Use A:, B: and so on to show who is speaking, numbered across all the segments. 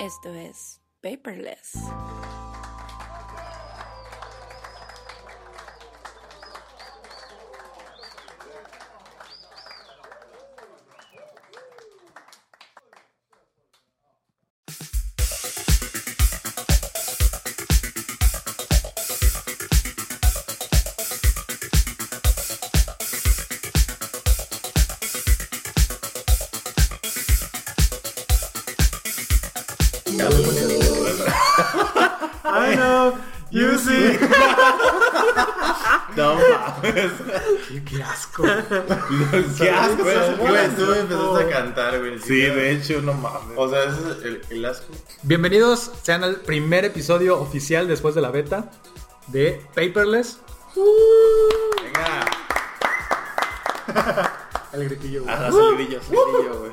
A: Esto es Paperless.
B: I know, you see.
C: No mames.
B: Qué, qué asco.
C: Qué
D: ¿Sabes?
C: asco,
D: Güey,
C: esas
D: Güey,
C: bolas.
D: tú me empezaste a cantar, güey.
C: Sí, de hecho, no mames.
D: O sea, ese es el, el asco.
B: Bienvenidos sean al primer episodio oficial después de la beta de Paperless.
C: Venga,
B: El gritillo, güey.
C: haz el grillo, haz el grillo, güey.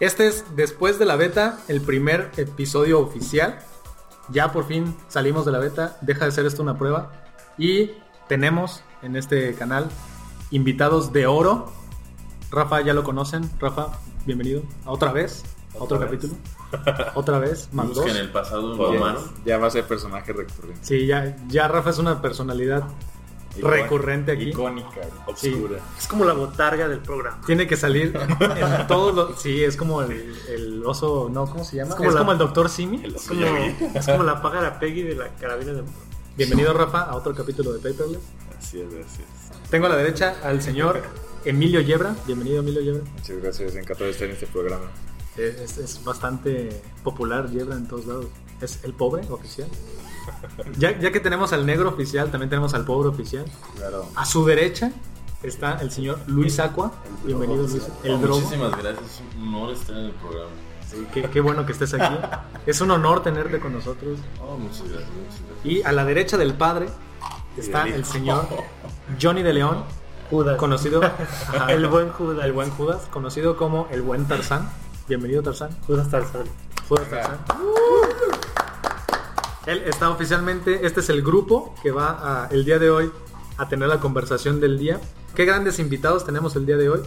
B: Este es después de la beta, el primer episodio oficial. Ya por fin salimos de la beta, deja de ser esto una prueba. Y tenemos en este canal invitados de oro. Rafa ya lo conocen. Rafa, bienvenido. A otra vez, a otro
C: Otra vez.
B: capítulo. Otra vez, más dos.
D: Busquen el pasado,
C: Por
D: lo
C: más.
D: amaron.
E: Ya va a ser personaje recurrente.
B: Sí, ya, ya Rafa es una personalidad
C: Icon-
B: recurrente aquí.
C: Icónica,
B: Sí.
C: obscura.
F: Es como la botarga del programa.
B: Tiene que salir en todos los... Sí, es como el, el oso... ¿no? ¿Cómo se llama? Es
F: como
B: como,
F: la-
B: el doctor Simi.
C: El
F: Es como, es como la paga la Peggy de la carabina de motor.
B: Bienvenido, Rafa, a otro capítulo de Paperless.
E: Así es, así es.
B: Tengo a la derecha al señor Emilio Yebra. Bienvenido, Emilio Yebra.
E: Muchas gracias, encantado de estar en este programa.
B: Es, es bastante popular Yebra en todos lados. Es el pobre oficial. Ya, ya que tenemos al negro oficial, también tenemos al pobre oficial.
E: Claro.
B: A su derecha está el señor Luis Acua. Bienvenido, Luis.
D: Oh,
B: El drogo.
D: muchísimas gracias. Es un honor estar en el programa.
B: Sí, qué, qué bueno que estés aquí. Es un honor tenerte con nosotros.
D: Oh, muchas gracias, muchas gracias.
B: Y a la derecha del padre está el señor Johnny de León,
F: Judas.
B: conocido ajá,
F: El buen Judas.
B: el buen Judas, conocido como el buen Tarzán. Bienvenido Tarzán.
F: Judas Tarzán.
B: Judas Tarzán. Él está oficialmente, este es el grupo que va a- el día de hoy a tener la conversación del día. Qué grandes invitados tenemos el día de hoy.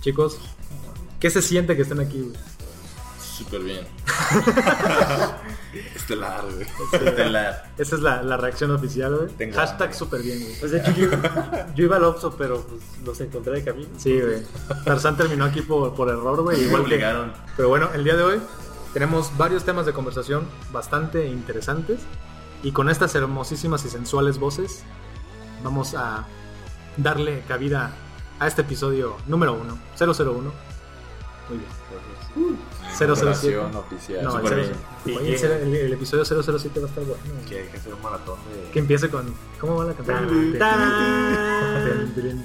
B: Chicos, ¿qué se siente que estén aquí? güey?
D: Súper bien.
E: Estelar, güey.
D: Estelar.
B: Esa es la, la reacción oficial, güey.
E: Tengo
B: Hashtag
E: hambre.
B: súper bien, güey.
F: Pues de hecho, yo, yo iba al Oxxo, pero pues, los encontré de camino.
B: Sí, güey. Tarzán terminó aquí por, por error, güey.
D: Me
B: Igual que,
D: obligaron.
B: Pero bueno, el día de hoy tenemos varios temas de conversación bastante interesantes y con estas hermosísimas y sensuales voces vamos a darle cabida a este episodio número 1, 001. Muy bien. 007.
E: Operación oficial.
B: No, el,
D: Súper
B: 00. Oye, el, el- el episodio 007 va a estar bueno.
E: Que hay que hacer un maratón de.
B: Que empiece con... ¿Cómo va la canción? Ah,
F: Tarán, tarán.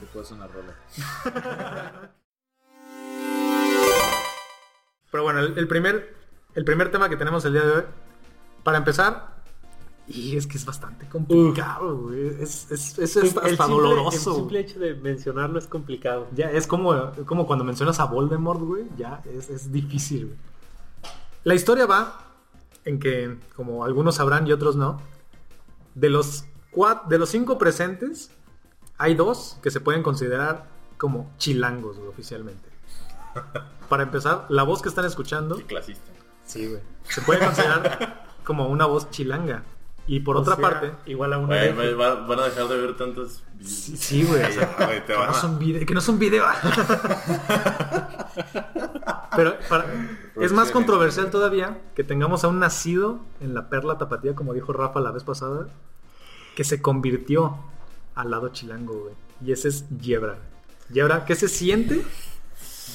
E: Te puedo hacer una rola.
B: Pero bueno, el, el primer, el primer tema que tenemos el día de hoy, para empezar, y es que es bastante complicado, güey. Es, es, es hasta,
F: El
B: hasta
F: simple-
B: doloroso.
F: El
B: güey.
F: simple hecho de mencionarlo es complicado.
B: Ya es como, como cuando mencionas a Voldemort, güey. Ya es, es difícil, güey. La historia va en que, como algunos sabrán y otros no, de los, cua- de los cinco presentes, hay dos que se pueden considerar como chilangos, güey, oficialmente. Para empezar, la voz que están escuchando
D: Qué clasista.
B: Sí, güey. Se puede considerar como una voz chilanga. Y por
F: O
B: otra
F: sea,
B: parte.
F: Igual a una.
D: Güey,
F: oreja.
D: va- va- van a dejar de ver tantas.
B: Sí, sí, güey. o sea,
E: Ah, güey, te
B: que,
E: van
B: no
E: a-
B: son vide- que no son video. Pero para- es más controversial todavía que tengamos a un nacido en la perla tapatía, como dijo Rafa la vez pasada, que se convirtió al lado chilango, güey. Y ese es Yebra. Yebra, ¿qué se siente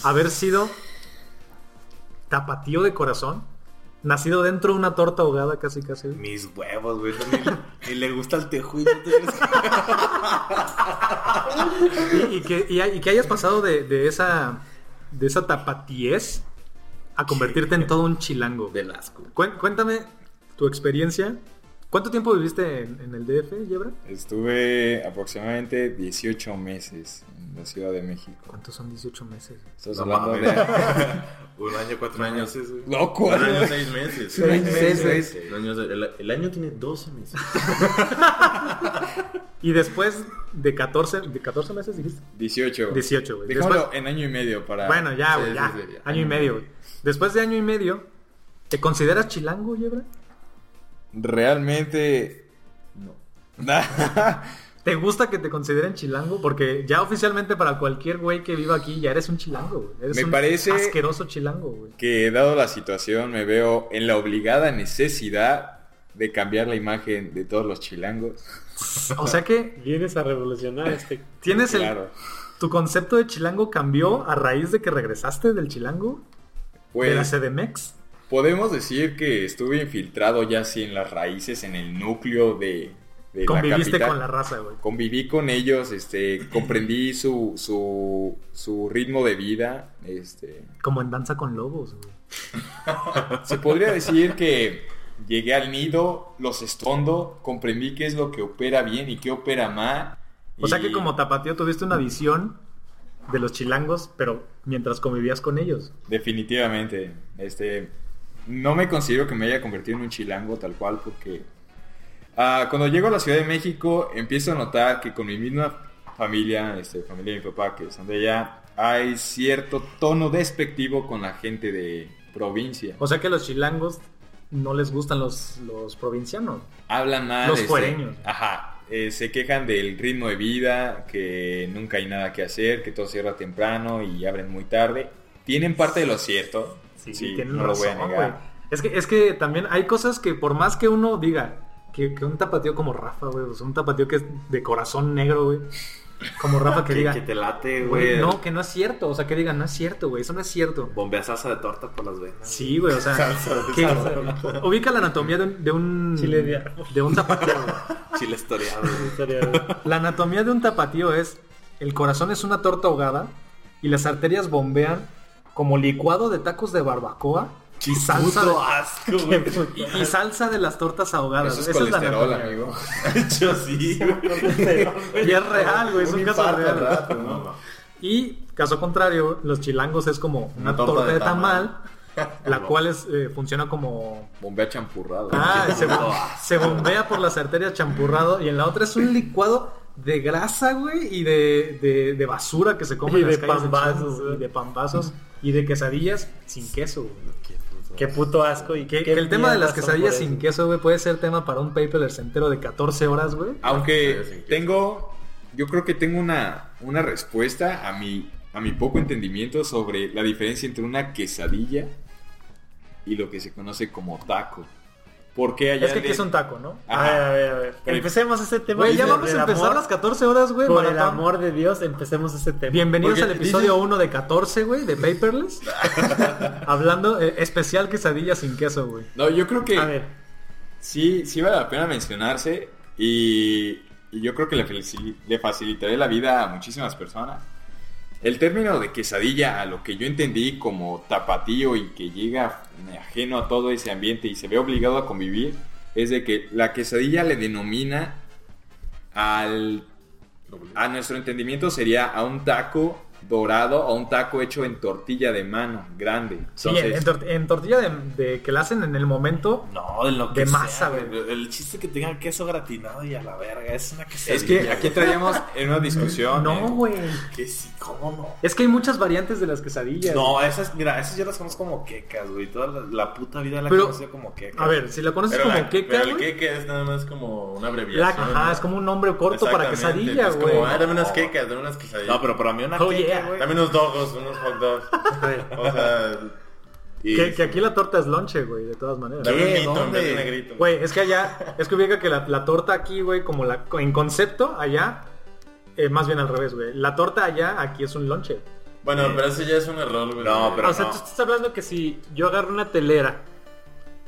B: haber sido tapatío de corazón? Nacido dentro de una torta ahogada casi casi. güey?
E: Mis huevos, güey. Y le gusta el tejuy. no te crees que-
B: Y, y que, y- y que hayas pasado de, de esa de esa tapatíez a convertirte en todo un chilango.
D: Del asco.
B: Cuen- Cuéntame tu experiencia. ¿Cuánto tiempo viviste en, en el DF, Yebra?
E: Estuve aproximadamente 18 meses en la Ciudad de México.
B: ¿Cuántos son 18 meses?
E: Estás
D: No
E: hablando
D: mames.
E: de
C: Pues Un año, cuatro
D: Un año.
C: años. meses, güey.
E: No,
D: Un
E: cuatro.
D: año, seis meses.
E: Un año, seis
C: meses.
D: Un año, el, el año tiene 12 meses.
B: Y después de 14, de 14 meses dijiste.
C: 18. güey.
B: 18, güey.
C: Dejémoslo
B: Después-
C: en año y medio para.
B: Bueno, ya,
C: Sí,
B: güey,
C: sí,
B: ya.
C: sí, ya.
B: Año y medio, güey. Después de año y medio, ¿te consideras chilango, Yebra?
C: Realmente. No.
B: ¿Te gusta que te consideren chilango? Porque ya oficialmente para cualquier güey que viva aquí ya eres un chilango, güey. Eres
C: Me
B: un
C: parece-
B: asqueroso chilango, güey.
C: que dado la situación me veo en la obligada necesidad de cambiar la imagen de todos los chilangos.
B: O sea que
F: Vienes a revolucionar este.
B: tienes el...
C: Claro.
B: ¿Tu concepto de chilango cambió a raíz de que regresaste del chilango? ¿De la
C: Pues
B: CDMX?
C: podemos decir que estuve infiltrado ya así en las raíces, en el núcleo de, de
B: Conviviste
C: la capital.
B: con la raza, güey.
C: Conviví con ellos, este, comprendí su, su, su ritmo de vida. Este,
B: Como en Danza con Lobos, güey.
C: se podría decir que llegué al nido, los estondo, comprendí qué es lo que opera bien y qué opera mal.
B: O sea
C: y-
B: que como tapatío tuviste una visión de los chilangos, pero mientras convivías con ellos.
C: Definitivamente. Este, no me considero que me haya convertido en un chilango tal cual porque ah, cuando llego a la Ciudad de México empiezo a notar que con mi misma familia, este, familia de mi papá que son de allá, hay cierto tono despectivo con la gente de provincia.
B: O sea que los chilangos no les gustan los, los provincianos.
C: Hablan mal.
B: Los
C: este,
B: fuereños.
C: Ajá. eh, se quejan del ritmo de vida, que nunca hay nada que hacer, que todo cierra temprano y abren muy tarde. Tienen parte de lo cierto.
B: tienen
C: no lo voy a
B: razón,
C: negar.
B: güey. Es que, es que también hay cosas que por más que uno diga que, que un tapatío como Rafa, güey, o sea, un tapatío que es de corazón negro, güey, como Rafa que
E: Que,
B: diga,
E: que te late,
B: güey,
E: güey.
B: no, que no es cierto, o sea, que diga, no es cierto, güey, eso no es cierto.
E: Bombea salsa de torta por las venas.
B: Sí, güey, o sea, que- ubica la anatomía de un, de un,
F: Chile de árbol.
B: de un tapatío, güey.
E: Chile historiado, güey.
F: Estaría-
B: La anatomía de un tapatío es, el corazón es una torta ahogada y las arterias bombean como licuado de tacos de barbacoa y salsa de,
E: Puto asco, güey.
B: Y, y salsa de las tortas ahogadas.
C: Eso es
B: Esa es la
C: colesterol,
B: anatomía.
C: amigo.
E: Yo sí, güey.
B: Y es real, güey, es un, caso
D: infarto al
B: real.
D: rato, ¿no?
B: Y caso contrario, los chilangos es como una, torta, de tamal, la cual es, eh, funciona como...
C: Bombea champurrado.
B: Ah, se, bo- se bombea por las arterias champurrado y en la otra es un licuado de grasa, güey, y de, de- de basura que se come
F: Y
B: en las
F: de
B: calles Chilango,
F: pambazos,
B: güey,
F: güey.
B: y de pambazos y de quesadillas sin queso, güey.
F: Qué puto asco. y
B: Que,
F: qué
B: que el tema de las
F: mierda son
B: quesadillas
F: por eso.
B: sin queso, güey, puede ser tema para un paperless entero de 14 horas, güey.
C: Aunque tengo, yo creo que tengo una, una respuesta a mi, a mi poco entendimiento sobre la diferencia entre una quesadilla y lo que se conoce como taco. Porque allá
B: Es que
C: le-
B: aquí es un taco, ¿no?
F: A ver, a
C: Ajá.
F: ver, a ver.
C: Pero-
F: Empecemos ese tema.
B: Güey, ya
F: por
B: vamos
F: el
B: a empezar
F: amor-
B: las 14 horas, güey.
F: Por el
B: maratón.
F: amor de Dios, empecemos ese tema.
B: Bienvenidos
C: Porque
B: al episodio
C: dices-
B: 1 de 14, güey, de Paperless. Hablando eh, especial quesadilla sin queso, güey.
C: No, yo creo que
F: A ver,
C: sí, sí vale la pena mencionarse y, y yo creo que le, felici- le facilitaré la vida a muchísimas personas. El término de quesadilla, a lo que yo entendí como tapatío y que llega ajeno a todo ese ambiente y se ve obligado a convivir, es de que la quesadilla le denomina al... A nuestro entendimiento sería a un taco dorado, a un taco hecho en tortilla de mano, grande.
B: Sí,
C: Entonces,
B: en, en tor- en tortilla de, de que la hacen en el momento.
E: No, de lo
B: De
E: que sea,
B: masa, güey.
E: El chiste que tengan queso gratinado y a la verga. Es una quesadilla.
C: es que aquí traíamos en una discusión... eh,
B: No, güey.
E: Que sí, ¿cómo no?
B: Es que hay muchas variantes de las quesadillas.
E: No, esas, mira, esas yo las conozco como quecas, güey. Toda la, la puta vida la he
B: Pero-
E: conocido como quecas.
B: A ver, si la conoces
D: Pero,
B: como
D: la-
B: queca,
D: pero el
B: güey.
D: queque es nada más como una
B: la-
D: abreviación.
B: Ajá, es como un nombre corto para
D: Exactamente,
B: quesadilla,
D: es
B: güey.
D: como, ah, dame unas quecas, dame unas quesadillas.
E: No, pero para mí una
B: Oh,
E: queca,
B: yeah.
E: güey.
D: Dame unos dogos, unos hot dogs. o sea... y-
B: Que, que aquí la torta es lonche, güey, de todas maneras.
D: Dame un
E: ¿Qué?
D: grito en vez de
E: ¿Dónde?
D: un negrito.
B: Güey, es que allá, es que ubica que la, la torta aquí, güey, como la, en concepto, allá, eh, más bien al revés, güey. La torta allá, aquí es un lonche.
D: Bueno, pero eso ya es un error, güey.
E: No, pero-
F: o sea,
E: no.
F: tú estás hablando que si yo agarro una telera,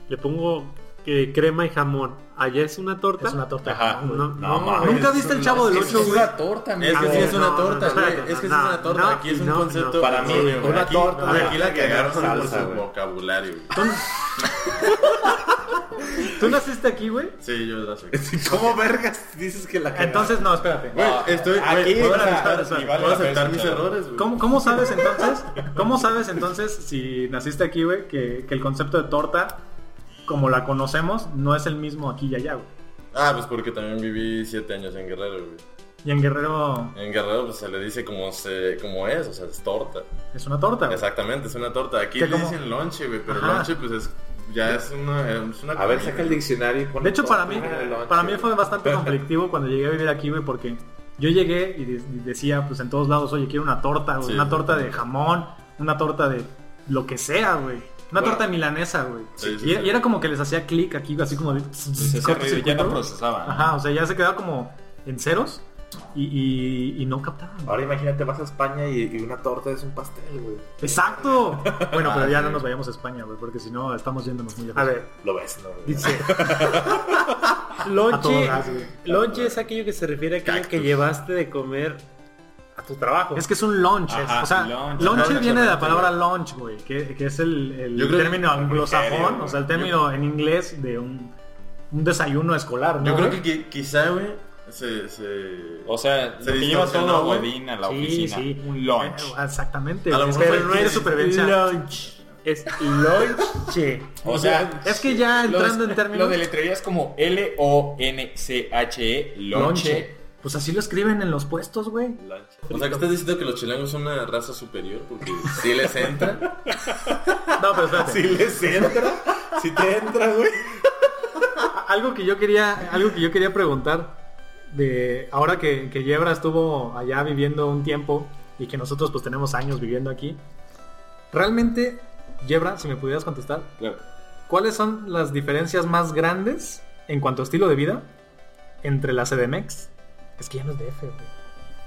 F: le pongo eh, crema y jamón, allá es una torta.
B: Es una torta.
C: Ajá.
B: No,
F: No,
E: No,
F: no,
E: mames.
B: ¿Nunca viste el chavo del
D: es-
B: 8,
D: es
B: güey?
C: torta,
D: Es que
B: A
D: sí
B: ver,
D: es una
B: no,
D: torta,
B: no,
D: güey.
B: espérate,
D: Es que sí
B: no,
D: es una torta.
B: no,
D: aquí es un
F: no,
D: concepto.
F: no.
E: Para mí,
D: güey,
E: una
D: aquí-
E: torta,
D: güey,
E: güey,
D: Aquí la
E: que
D: cagaron
E: agarra
D: por
E: salsa,
D: su
E: güey.
D: vocabulario, güey.
B: Son- ¿Tú naciste aquí, güey?
D: Sí, yo la sé.
E: ¿Cómo vergas dices que la
B: Entonces, no, espérate.
D: Güey, estoy.
C: aquí,
D: Aquí, puedo
C: o sea,
D: aceptar,
C: ni vale
D: puedo
C: la
D: aceptar
C: pena
D: mis
C: escucharlo.
D: errores, güey.
B: ¿Cómo, cómo sabes entonces? ¿Cómo sabes entonces si naciste aquí, güey, que, que el concepto de torta, como la conocemos, no es el mismo aquí y allá, güey?
D: Ah, pues porque también viví siete años en Guerrero, güey.
B: Y en Guerrero
D: En Guerrero pues, se le dice como, se, como es, o sea, es torta.
B: es una torta, güey.
D: Exactamente, es una torta. Aquí
B: ¿Qué,
D: le
B: cómo?
D: dicen lonche, güey, pero
B: Ajá.
D: lonche pues es, ya es una, es una
C: A ver,
D: comida.
C: saca el diccionario. y pon-
B: De hecho, para mí,
C: Ah, el
B: para
C: lonche,
B: mí fue bastante conflictivo cuando llegué a vivir aquí, güey, porque yo llegué y, de- y decía, pues en todos lados, oye, quiero una torta, güey,
D: Sí.
B: una torta de jamón, una torta de lo que sea, güey. Una
C: Bueno.
B: torta milanesa, güey.
D: Sí, sí,
B: y, era-
D: sí.
B: y era como que les hacía clic aquí, así como de...
C: Pues ese ruido ya no
B: cortocircuito.
C: procesaba. ¿no?
B: Ajá, o sea, ya se quedaba como en ceros y, y- y no captaban.
D: Ah.
B: güey.
E: Ahora imagínate, vas a España y, y una torta es un pastel, güey.
B: ¡Exacto! Bueno, pero
D: Ah,
B: ya
D: sí.
B: no nos vayamos a España, güey, porque si no estamos yéndonos muy lejos.
F: A ver,
E: Lo ves, ¿no? güey?
F: dice.
B: A todo
F: lonche,
D: Ah,
B: gas, güey.
F: lonche es aquello que se refiere a aquello que
D: Cactus.
F: llevaste de comer a tu trabajo.
B: Es que es un lunch.
C: Ajá,
B: es- o sea,
C: lunch,
B: lunch,
C: ajá,
B: viene de la
C: exactamente.
B: palabra lunch, güey, que, que es el, el
D: Yo creo que-
B: término
C: muy serio,
B: anglosajón,
C: güey.
B: o sea, el término en inglés de un, un desayuno escolar, ¿no?
D: Yo creo que
B: güey?
D: qui- quizá, güey, se... se...
C: O sea,
D: Se
C: lo que lleva
D: distorsionó,
C: todo
D: güey.
C: Godín a la
F: Sí,
C: oficina.
F: sí.
C: Un lunch.
B: Eh, Exactamente.
D: A lo
B: güey,
D: mejor fue-
B: pero no es de
D: es
B: supervivencia.
F: Lunch. Es lonche.
C: O sea,
B: Es que ya entrando en términos...
C: Lo deletrearías como L-O-N-C-H-E, E, lonche.
B: Pues así lo escriben en los puestos, güey.
D: O sea, que estás diciendo que los chilangos son una raza superior porque sí les entra.
B: No, pero espérate.
E: Si les entra, si te entra, güey.
B: Algo que yo quería, algo que yo quería preguntar de ahora que, que Yebra estuvo allá viviendo un tiempo y que nosotros pues tenemos años viviendo aquí. Realmente, Yebra, si me pudieras contestar,
C: Claro.
B: ¿cuáles son las diferencias más grandes en cuanto a estilo de vida entre la CDMX? Es que ya no es DF, güey.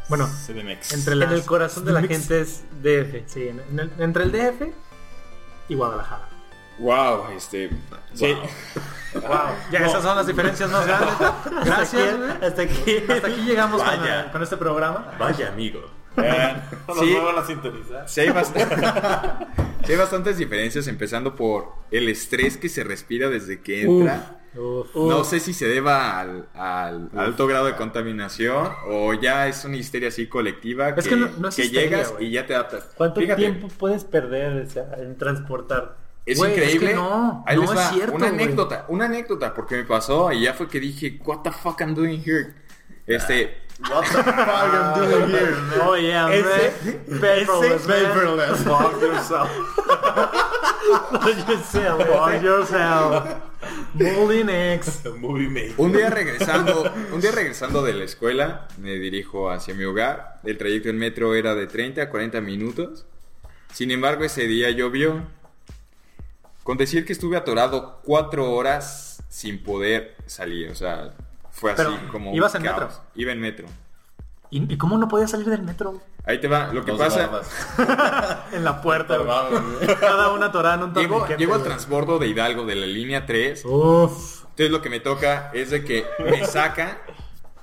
B: Bueno,
C: CDMX.
B: entre
F: En
B: las-
F: el corazón de la
B: CDMX.
F: gente es DF.
B: Sí, en- en el- entre el DF y Guadalajara.
C: Wow, este. Sí.
B: Ya, esas son las diferencias más grandes. Gracias, güey.
F: Hasta aquí.
B: Hasta aquí llegamos con,
D: Vaya.
B: la- con este programa.
D: Vaya, amigo.
C: Eh,
E: No
C: sí,
E: van a sintonizar.
C: sí hay, bast- sí hay bastantes diferencias, empezando por el estrés que se respira desde que entra. No sé si se deba al, al alto grado de contaminación o ya es una histeria así colectiva
B: Es que
C: que,
B: no- no es
C: que
B: histeria,
C: llegas
B: güey.
C: y ya te adaptas.
F: ¿Cuánto
C: Fíjate,
F: tiempo puedes perder o sea, en transportar?
C: Es
B: Güey, es
C: increíble.
B: que no,
C: Ahí
B: no
C: les
B: es
C: va
B: cierto,
C: Una
B: güey.
C: anécdota, una anécdota, porque me pasó y ya fue que dije, What the fuck I'm doing here.
B: Ah.
C: Este,
D: What the fuck I'm doing here?
B: Oh yeah,
F: Ese-
B: man. Paperless, man.
D: Paperless, fuck yourself.
B: Fuck yourself. Fuck yourself. Molding eggs.
E: Movie Maker.
C: un día regresando, un día regresando de la escuela, me dirijo hacia mi hogar. El trayecto en metro era de 30 a 40 minutos. Sin embargo, ese día llovió. Con decir que estuve atorado cuatro horas sin poder salir, o sea, fue así
B: Pero,
C: como un
B: ¿ibas en
C: caos.
B: metro?
C: Iba en metro.
B: ¿Y, y cómo no podía salir del metro?
C: Ahí te va, lo que
D: Dos
C: pasa.
D: barbas.
B: En la puerta, güey.
D: Vamos, güey.
B: Cada una atorada en un
C: Llego,
B: torniquete,
C: llego al
B: güey.
C: transbordo de Hidalgo de la línea 3.
B: Uf.
C: Entonces lo que me toca es de que me saca.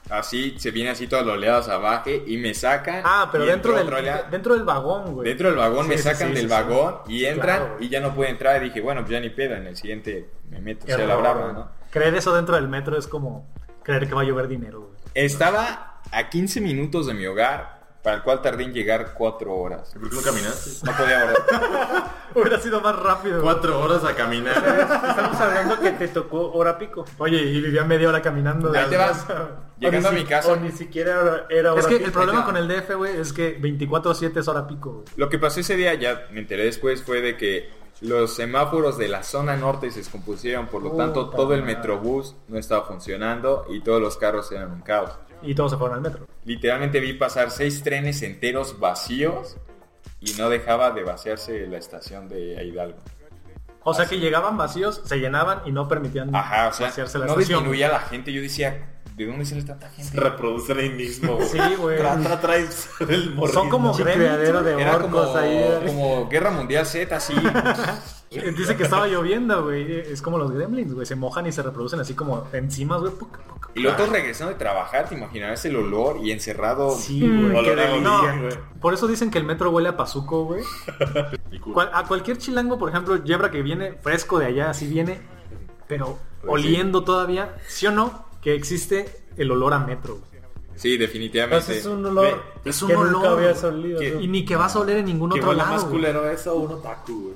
C: Así, se viene así todas las oleadas abajo y me saca.
B: Ah, pero
C: y
B: dentro
C: entró
B: del,
C: otra oleada.
B: dentro del vagón, güey.
C: Dentro del vagón
B: Sí,
C: me
B: sí,
C: sacan
B: sí,
C: del
B: sí, sí.
C: vagón y entran
B: Claro, güey.
C: y ya no puede entrar. Y dije, bueno, pues ya ni pedo, en el siguiente me meto. sea, la
B: Error,
C: brava,
B: güey.
C: ¿no?
B: Creer eso dentro del metro es como creer que va a llover dinero, güey.
C: Estaba a 15 minutos de mi hogar, para el cual tardé en llegar 4 horas.
D: ¿Y ¿Por qué no caminaste?
C: No podía hablar.
B: Hubiera sido más rápido. güey.
D: Cuatro horas a caminar.
F: Estamos hablando que te tocó hora pico.
B: Oye, y vivía media hora caminando.
C: Ahí
B: güey.
C: te vas. Llegando a mi
F: O
C: casa.
F: ni siquiera era, era hora
B: Es que
F: pico.
B: el problema con el DF, güey, es que 24-7 es hora pico, güey.
C: Lo que pasó ese día, ya me enteré después, fue de que los semáforos de la zona norte se descompusieron, por lo tanto
B: Puta
C: todo el
B: madre.
C: metrobús no estaba funcionando y todos los carros eran un caos.
B: Y todos se fueron al metro.
C: Literalmente vi pasar seis trenes enteros vacíos y no dejaba de vaciarse la estación de Hidalgo.
B: O sea que llegaban vacíos, se llenaban y no permitían
C: Ah, Ajá, o sea,
B: vaciarse la
C: no
B: estación.
C: disminuía la gente, yo decía, ¿de dónde sale tanta gente?
E: Reproduce el mismo, güey.
B: Sí, güey.
E: Trata, traes el morrillo.
B: Son como
F: Pinche
B: gremlins,
F: criadero de
C: Era como,
F: orcos ahí.
C: como Guerra Mundial Z, así.
B: güey. Dice que estaba lloviendo, güey. Es como los gremlins, güey. Se mojan y se reproducen así como encimas, güey. Puc, puc.
C: Y los otros regresando de trabajar, te imaginarás el olor y encerrado.
B: Sí,
F: Mm,
B: güey.
E: Olor
F: qué
E: a
F: delicia,
E: agonía,
F: güey.
B: Por eso dicen que el metro huele a pazuco, güey. Cual- a cualquier chilango, por ejemplo, Yebra que viene fresco de allá, así viene. pero
C: sí.
B: oliendo todavía, ¿sí o no? Que existe el olor a metro. güey.
C: Sí, definitivamente.
F: Pues es un olor
C: Ve-
B: es un
F: que
B: olor,
F: nunca habías
B: güey,
F: olido.
B: Y
F: tú.
B: ni que vas a oler en ningún
G: Que
B: otro
G: huele
B: lado.
G: más
B: güey.
G: culero eso o un otaku, güey.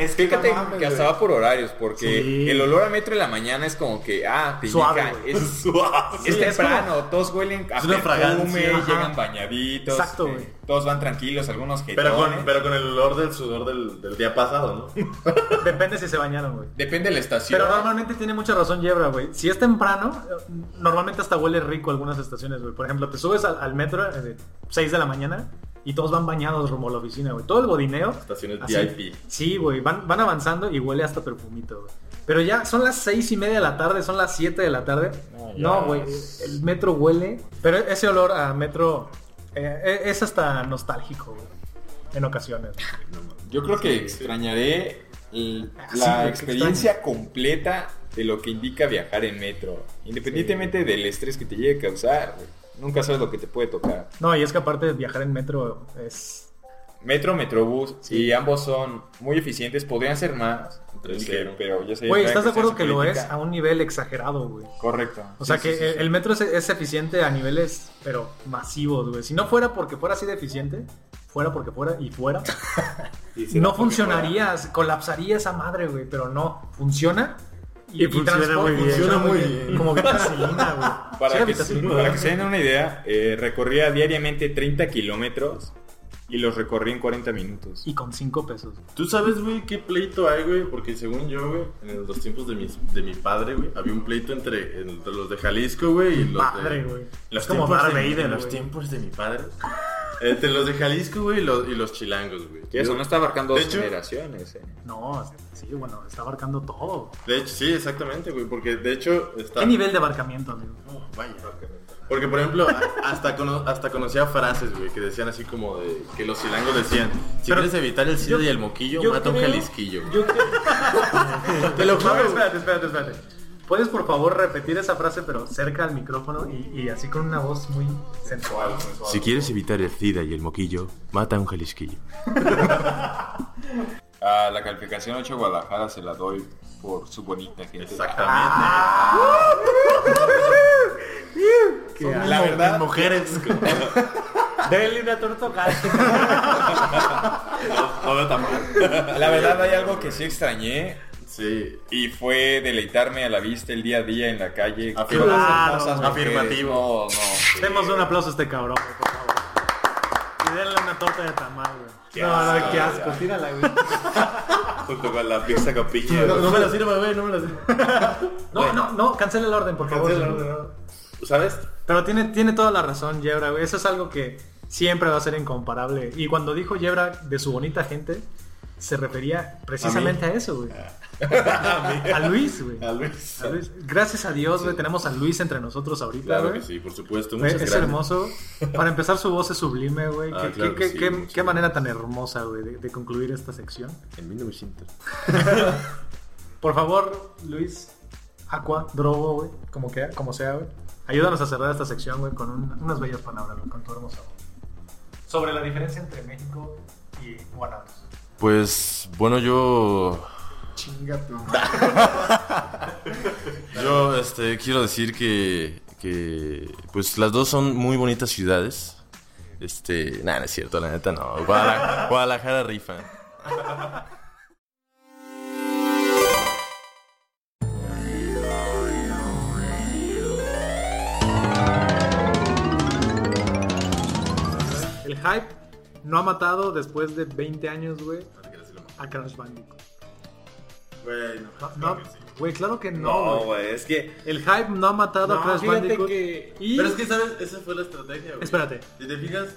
G: es que
C: Fíjate
G: no mames,
C: que hasta
G: güey.
C: va por horarios, porque
B: Sí.
C: el olor a metro en la mañana es como que, ah, te
B: Suave,
C: indica,
B: güey.
C: es,
G: Suave.
C: es
B: Sí, es
C: temprano, todos huelen a
G: Es una
C: perfume,
G: fragancia, ajá.
C: llegan bañaditos,
B: Exacto,
C: eh,
B: güey.
C: todos van tranquilos, algunos que
H: Pero con, pero con el olor del sudor del, del día pasado, ¿no?
B: Depende si se bañaron, güey.
C: Depende de la estación.
B: Pero normalmente tiene mucha razón Yebra, güey. Si es temprano, eh, normalmente hasta huele rico algunas estaciones, güey. Por ejemplo, te subes al, al metro a 6 de la mañana y todos van bañados rumbo a la oficina, güey. Todo el godineo.
H: Estaciones
B: así.
H: VIP.
B: Ah, Sí, güey. Van, van avanzando y huele hasta perfumito, güey. Pero ya son las seis y media de la tarde, son las 7 de la tarde. No, güey. El metro huele. Pero ese olor a metro eh, es hasta nostálgico, güey. En ocasiones. güey.
C: Yo creo que extrañaré el-
B: Ah, sí, güey,
C: la
B: qué
C: experiencia completa de lo que indica viajar en metro, independientemente del estrés que te llegue a causar. güey. Nunca sabes lo que te puede tocar.
B: No, y es que aparte de viajar en metro es...
C: Metro, Metrobús, y ambos son muy eficientes, podrían ser más,
H: Tres,
C: dije,
H: cero.
C: pero ya sé.
B: Güey,
C: ya
B: ¿estás de
C: que
B: acuerdo
C: se
B: que lo es
C: critica.
B: a un nivel exagerado, güey?
C: Correcto.
B: O
C: Sí,
B: sea
C: sí,
B: que
C: sí,
B: el-
C: sí.
B: el metro es, es eficiente a niveles, pero masivos, güey. Si no fuera porque fuera así de eficiente, fuera porque fuera y fuera,
G: Y si
B: no
G: porque fuera-
B: funcionaría, colapsaría esa madre, güey. Pero no, funciona.
I: Y funciona
B: transporta-
I: muy bien.
G: Funciona muy bien.
B: Como vitacilina, güey. Sí,
C: Para,
B: era
C: que, se-
B: vitacilina.
C: para que se den una idea, eh, recorría diariamente 30 kilómetros y los recorrí en 40 minutos.
B: Y con cinco pesos.
H: ¿Tú sabes, güey, qué pleito hay, güey? Porque según yo, güey, en el- los tiempos de, mis, de mi padre, güey, había un pleito entre, entre los de Jalisco, güey, y los
B: Padre,
H: de...
B: güey.
H: Los
B: Es como
H: tiempos
B: Darth
H: de-
B: Vader,
H: en los
B: güey.
H: tiempos de mi padre. Entre los de Jalisco, güey, y los, y los chilangos, güey.
C: Que eso no está abarcando
H: De
C: dos
H: hecho-
C: generaciones. eh.
B: No, sí, bueno, está abarcando todo.
H: De hecho, sí, exactamente, güey, porque de hecho está...
B: ¿Qué nivel de abarcamiento, amigo?
H: Oh, vaya. Porque, por ejemplo, a- hasta, cono- hasta conocía frases, güey, que decían así como de... Que los chilangos decían, si
B: Pero-
H: quieres evitar el sida
B: yo-
H: y el moquillo,
B: yo
H: mata a un
B: creo-
H: jalisquillo. güey".
B: Yo creo-
H: Te lo juro,
B: A ver,
H: güey.
B: espérate, espérate, espérate. ¿Puedes por favor repetir esa frase pero cerca al micrófono y, y así con una voz muy sensual?
H: Si quieres evitar el SIDA y el moquillo, mata a un jalisquillo.
C: A la calificación 8 Guadalajara se la doy por su bonita gente.
H: Exactamente.
C: La verdad,
G: Mujeres.
F: Dele una torta gástrica.
H: No veo tan mal.
C: la verdad hay algo que sí extrañé
H: Sí.
C: y fue deleitarme a la vista el día a día en la calle.
H: Afirma-
B: Claro.
C: hermosas mujeres.
H: Afirmativo.
C: No, no, sí.
B: Demos un aplauso a este cabrón, güey, por favor. Y denle una torta de tamal, güey. No, no, qué asco, tírala, güey.
H: Junto con la pizza con piña.
G: No, no me la sirva, güey, no me la sirva.
B: No, no, no, cancela el orden, por favor.
H: ¿Sabes?
B: Pero tiene, tiene toda la razón, Yebra, güey. Eso es algo que siempre va a ser incomparable. Y cuando dijo Yebra de su bonita gente, se refería precisamente a, eso, güey. A Luis, güey.
H: Ah. A Luis.
B: A Luis. Gracias a Dios, güey, tenemos a Luis entre nosotros ahorita,
H: Claro
B: güey.
H: que sí, por supuesto.
B: Güey,
H: Muchas
B: es
H: gracias.
B: hermoso. Para empezar, su voz es sublime, güey.
H: Ah,
B: qué,
H: claro
B: qué-
H: que sí,
B: qué-
H: muchas
B: qué
H: gracias.
B: manera tan hermosa, güey, de, de concluir esta sección.
H: En 1900.
B: Por favor, Luis, Aqua, Drogo, güey, como, que, como sea, güey. Ayúdanos a cerrar esta sección, güey, con un- unas bellas palabras, güey, con tu hermosa voz. Sobre la diferencia entre México y Guanatos.
H: Pues bueno, yo
B: Chinga tu
H: yo este quiero decir que que pues las dos son muy bonitas ciudades. Este, nada, no es cierto, la neta no. Guadalajara, Guadalajara rifa.
B: El hype no ha matado después de 20 años, güey, a Crash Bandicoot.
H: Bueno,
B: No, no, güey, claro que
H: no,
B: no, güey.
H: güey, es que
B: El hype no ha matado a Crash
F: fíjate
B: Bandicoot.
F: que...
B: Y...
G: Pero es que, ¿sabes? Esa fue la estrategia, güey.
B: Espérate.
G: Si te fijas,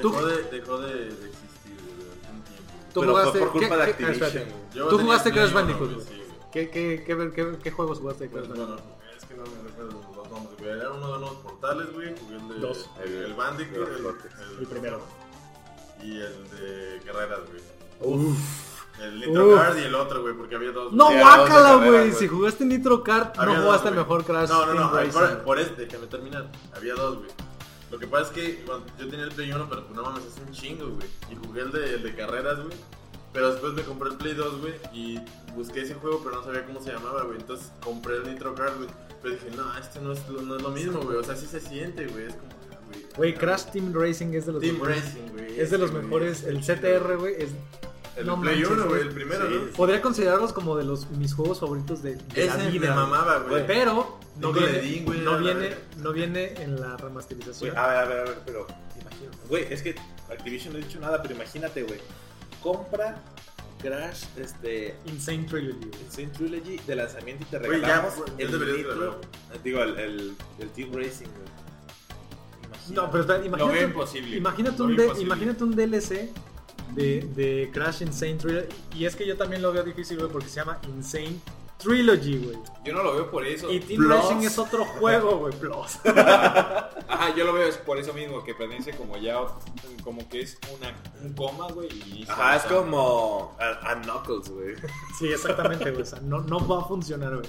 B: Tú-
G: dejó, de, dejó de, de existir güey, durante un tiempo.
B: Tú
H: Pero fue
B: jugaste
H: por culpa
B: ¿qué-
H: de
B: qué-
H: Activision,
B: espérate.
G: güey.
B: Tú
G: tenía
B: jugaste
G: Play
B: Crash
G: uno,
B: Bandicoot,
G: güey,
B: güey.
G: sí, güey.
B: ¿Qué, qué, qué, qué- qué juegos jugaste de Crash
G: Pues,
B: Bandicoot?
G: bueno, es que no me recuerdo los nombres, güey. Era uno de los portales, güey. Jugué el de.
B: Dos.
G: El, el Bandicoot,
C: Los
G: el,
C: cortes.
G: el-
B: El primero.
G: Y el de Guerreras, güey.
B: Uf.
G: El Nitro
B: Uf.
G: Card y el otro, güey, porque había dos.
B: No,
G: güey.
H: Sí,
B: guácala,
H: vamos de
B: güey.
H: carreras,
B: Si
H: güey.
B: jugaste Nitro Kart, no
G: Había dos,
B: jugaste el
G: güey.
B: mejor Crash.
G: No, no,
B: Team
G: no.
B: Racing.
G: Por, por este, déjame terminar. Había dos, güey. Lo que pasa es que bueno, yo tenía el Play 1, pero pues, no mames, es un chingo, güey. Y jugué el de, el de carreras, güey.
H: Pero después me compré el Play 2, güey, y busqué ese juego, pero no sabía cómo se llamaba, güey. Entonces compré el Nitro Card, güey. Pero dije, no, esto no es, lo- no es lo mismo, güey. O sea, sí se siente, güey. Es como, ah, güey.
B: Güey,
H: ah,
B: Crash Team Racing es de los
H: Team
B: mejores.
H: Racing, güey.
B: Es de los
H: ese, güey,
B: mejores.
H: está
B: El
H: chido.
B: CTR, güey, es.
H: El
B: no
H: Play
B: manches,
H: 1, güey,
B: güey.
H: el primero,
B: Sí.
H: ¿no?
B: Podría considerarlos como de los mis juegos favoritos de, de la
H: Ese me
B: vida. güey.
H: mamaba, güey.
B: Pero no
H: Nicola
B: viene,
H: Dean, güey,
B: no,
H: la
B: viene,
H: verga.
B: no viene en la
J: Güey, ah.
B: remasterización.
J: a ver, a ver, a ver, pero imagino. Güey, es que Activision no ha dicho nada, pero imagínate, güey. Compra Crash, este,
B: Insane Trilogy. güey.
J: Insane Trilogy de lanzamiento y te
H: Güey, ya,
J: regalamos
H: güey, ya
J: el
H: deberías
J: Nitro,
H: grabarlo.
J: digo, el, el, el Team Racing, güey. Imagínate.
B: No, pero está-
C: Lo veo
B: imagínate,
C: imposible.
B: imagínate,
C: Lo
B: un
C: veo
B: D-
C: imposible.
B: imagínate un DLC de, de Crash Insane Trilogy. Y es que yo también lo veo difícil, güey, porque se llama Insane Trilogy, güey.
C: Yo no lo veo por eso.
B: Y Team Racing es otro juego, güey, plus.
C: Ajá, yo lo veo es por eso mismo, que pertenece como ya, como que es una, un coma, güey. y-
J: Ajá, es como a, a Knuckles, güey.
B: Sí, exactamente, güey. O sea, no, no va a funcionar, güey.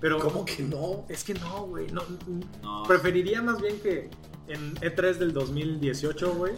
B: Pero
J: ¿Cómo que no?
B: es que no, güey. No,
C: No.
B: Preferiría más bien que en E3 del 2018, güey,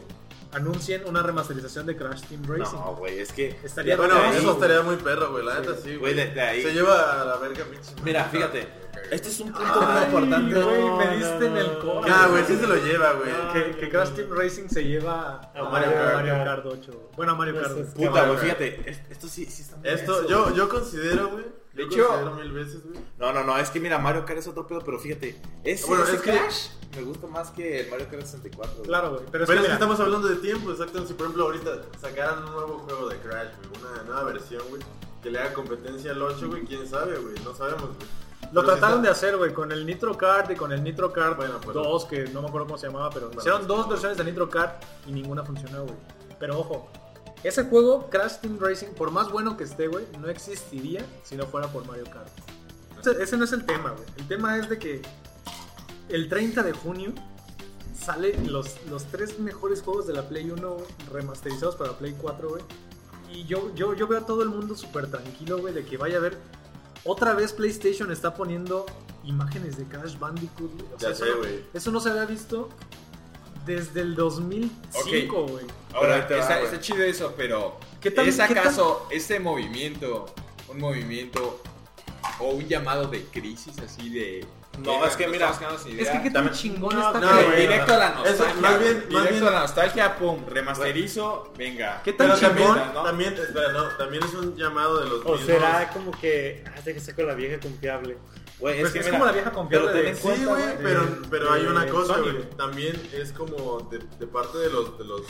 B: anuncien una remasterización de Crash Team Racing.
J: No, güey, es que...
B: Estaría
J: Ya-
H: Bueno,
B: Sí,
H: eso
B: güey.
H: estaría muy perro, güey. La neta sí, güey.
J: Güey, desde ahí.
H: Se lleva a la verga, pinche.
J: Mira,
H: madre.
J: fíjate. Este es un punto muy
B: Ay,
J: importante.
B: güey, me
F: No,
B: diste
F: no,
B: en el
F: no.
B: core.
H: Ya, Ah, güey, sí se lo lleva, güey.
B: Que, que Crash Team Racing se lleva a
J: Mario
B: Mario,
J: Kart.
B: Kart 8. güey. Bueno, a Mario Kart.
J: Puta,
B: güey.
J: güey, fíjate. es- Esto sí, sí está muy
H: Esto,
J: denso,
H: yo,
J: güey.
H: yo considero, güey.
J: De
H: Yo
J: hecho-
H: considero mil veces, güey.
B: pues
J: No, no, no, es que mira, Mario Kart es otro pedo, pero fíjate. Ese,
H: Bueno,
J: ese
H: es que-
J: Crash me gusta más que el Mario Kart 64. güey.
B: Claro, güey. Pero es
H: Pero es
B: que
H: que
B: mira,
H: estamos hablando de tiempo, exacto. Si por ejemplo ahorita sacaran un nuevo juego de Crash, güey, una nueva versión, güey, que le haga competencia al 8, güey, quién sabe, güey, no sabemos, güey.
B: lo trataron de hacer, güey, con el Nitro Kart y con el Nitro Kart
H: Bueno, pues,
B: 2, que no me acuerdo cómo se llamaba, pero
H: Bueno,
B: hicieron
H: pues,
B: dos
H: no.
B: versiones de Nitro Kart y ninguna funcionó, güey. Pero ojo, ese juego, Crash Team Racing, por más bueno que esté, güey, no existiría si no fuera por Mario Kart. Ese, ese no es el tema, güey. El tema es de que el 30 de junio salen los, los tres mejores juegos de la Play 1 güey, remasterizados para Play 4, güey. Y yo, yo, yo veo a todo el mundo súper tranquilo, güey, de que vaya a ver. Otra vez PlayStation está poniendo imágenes de Crash Bandicoot, güey. O sea,
H: Ya
B: eso
H: sé,
B: no-
H: güey.
B: Eso no se había visto desde el 2005, güey.
C: Ahora,
J: Pero ahí te va,
C: está,
J: güey.
C: está chido eso, pero
B: ¿Qué tan-
C: ¿es
B: qué tan-
C: acaso este movimiento, un movimiento o un llamado de crisis así de...
J: No,
C: de-
J: es que
C: no
J: mira,
C: estamos quedando sin
B: Es
C: idea?
B: que qué tan chingón
J: No,
B: está
J: no,
B: Crash.
C: Güey,
H: güey,
C: directo a la
H: eso,
C: nostalgia.
H: más bien- más
C: directo
H: bien-
C: a la nostalgia, pum, remasterizo, venga.
B: ¿Qué tan
H: Pero
B: chingón?
H: también,
C: ¿no?
H: también, espera, no, también es un llamado de los
J: O
H: mismos.
J: será-
F: como que hace que saco la vieja confiable.
J: Güey, es
B: Pues
J: que
B: es
J: mira,
B: como la vieja confiable
J: pero ten
B: de-
J: en
H: Sí,
J: cuenta,
H: güey, pero, pero hay una
B: de
H: cosa,
B: Sony,
H: güey.
B: güey.
H: También es como de, de parte de los, de los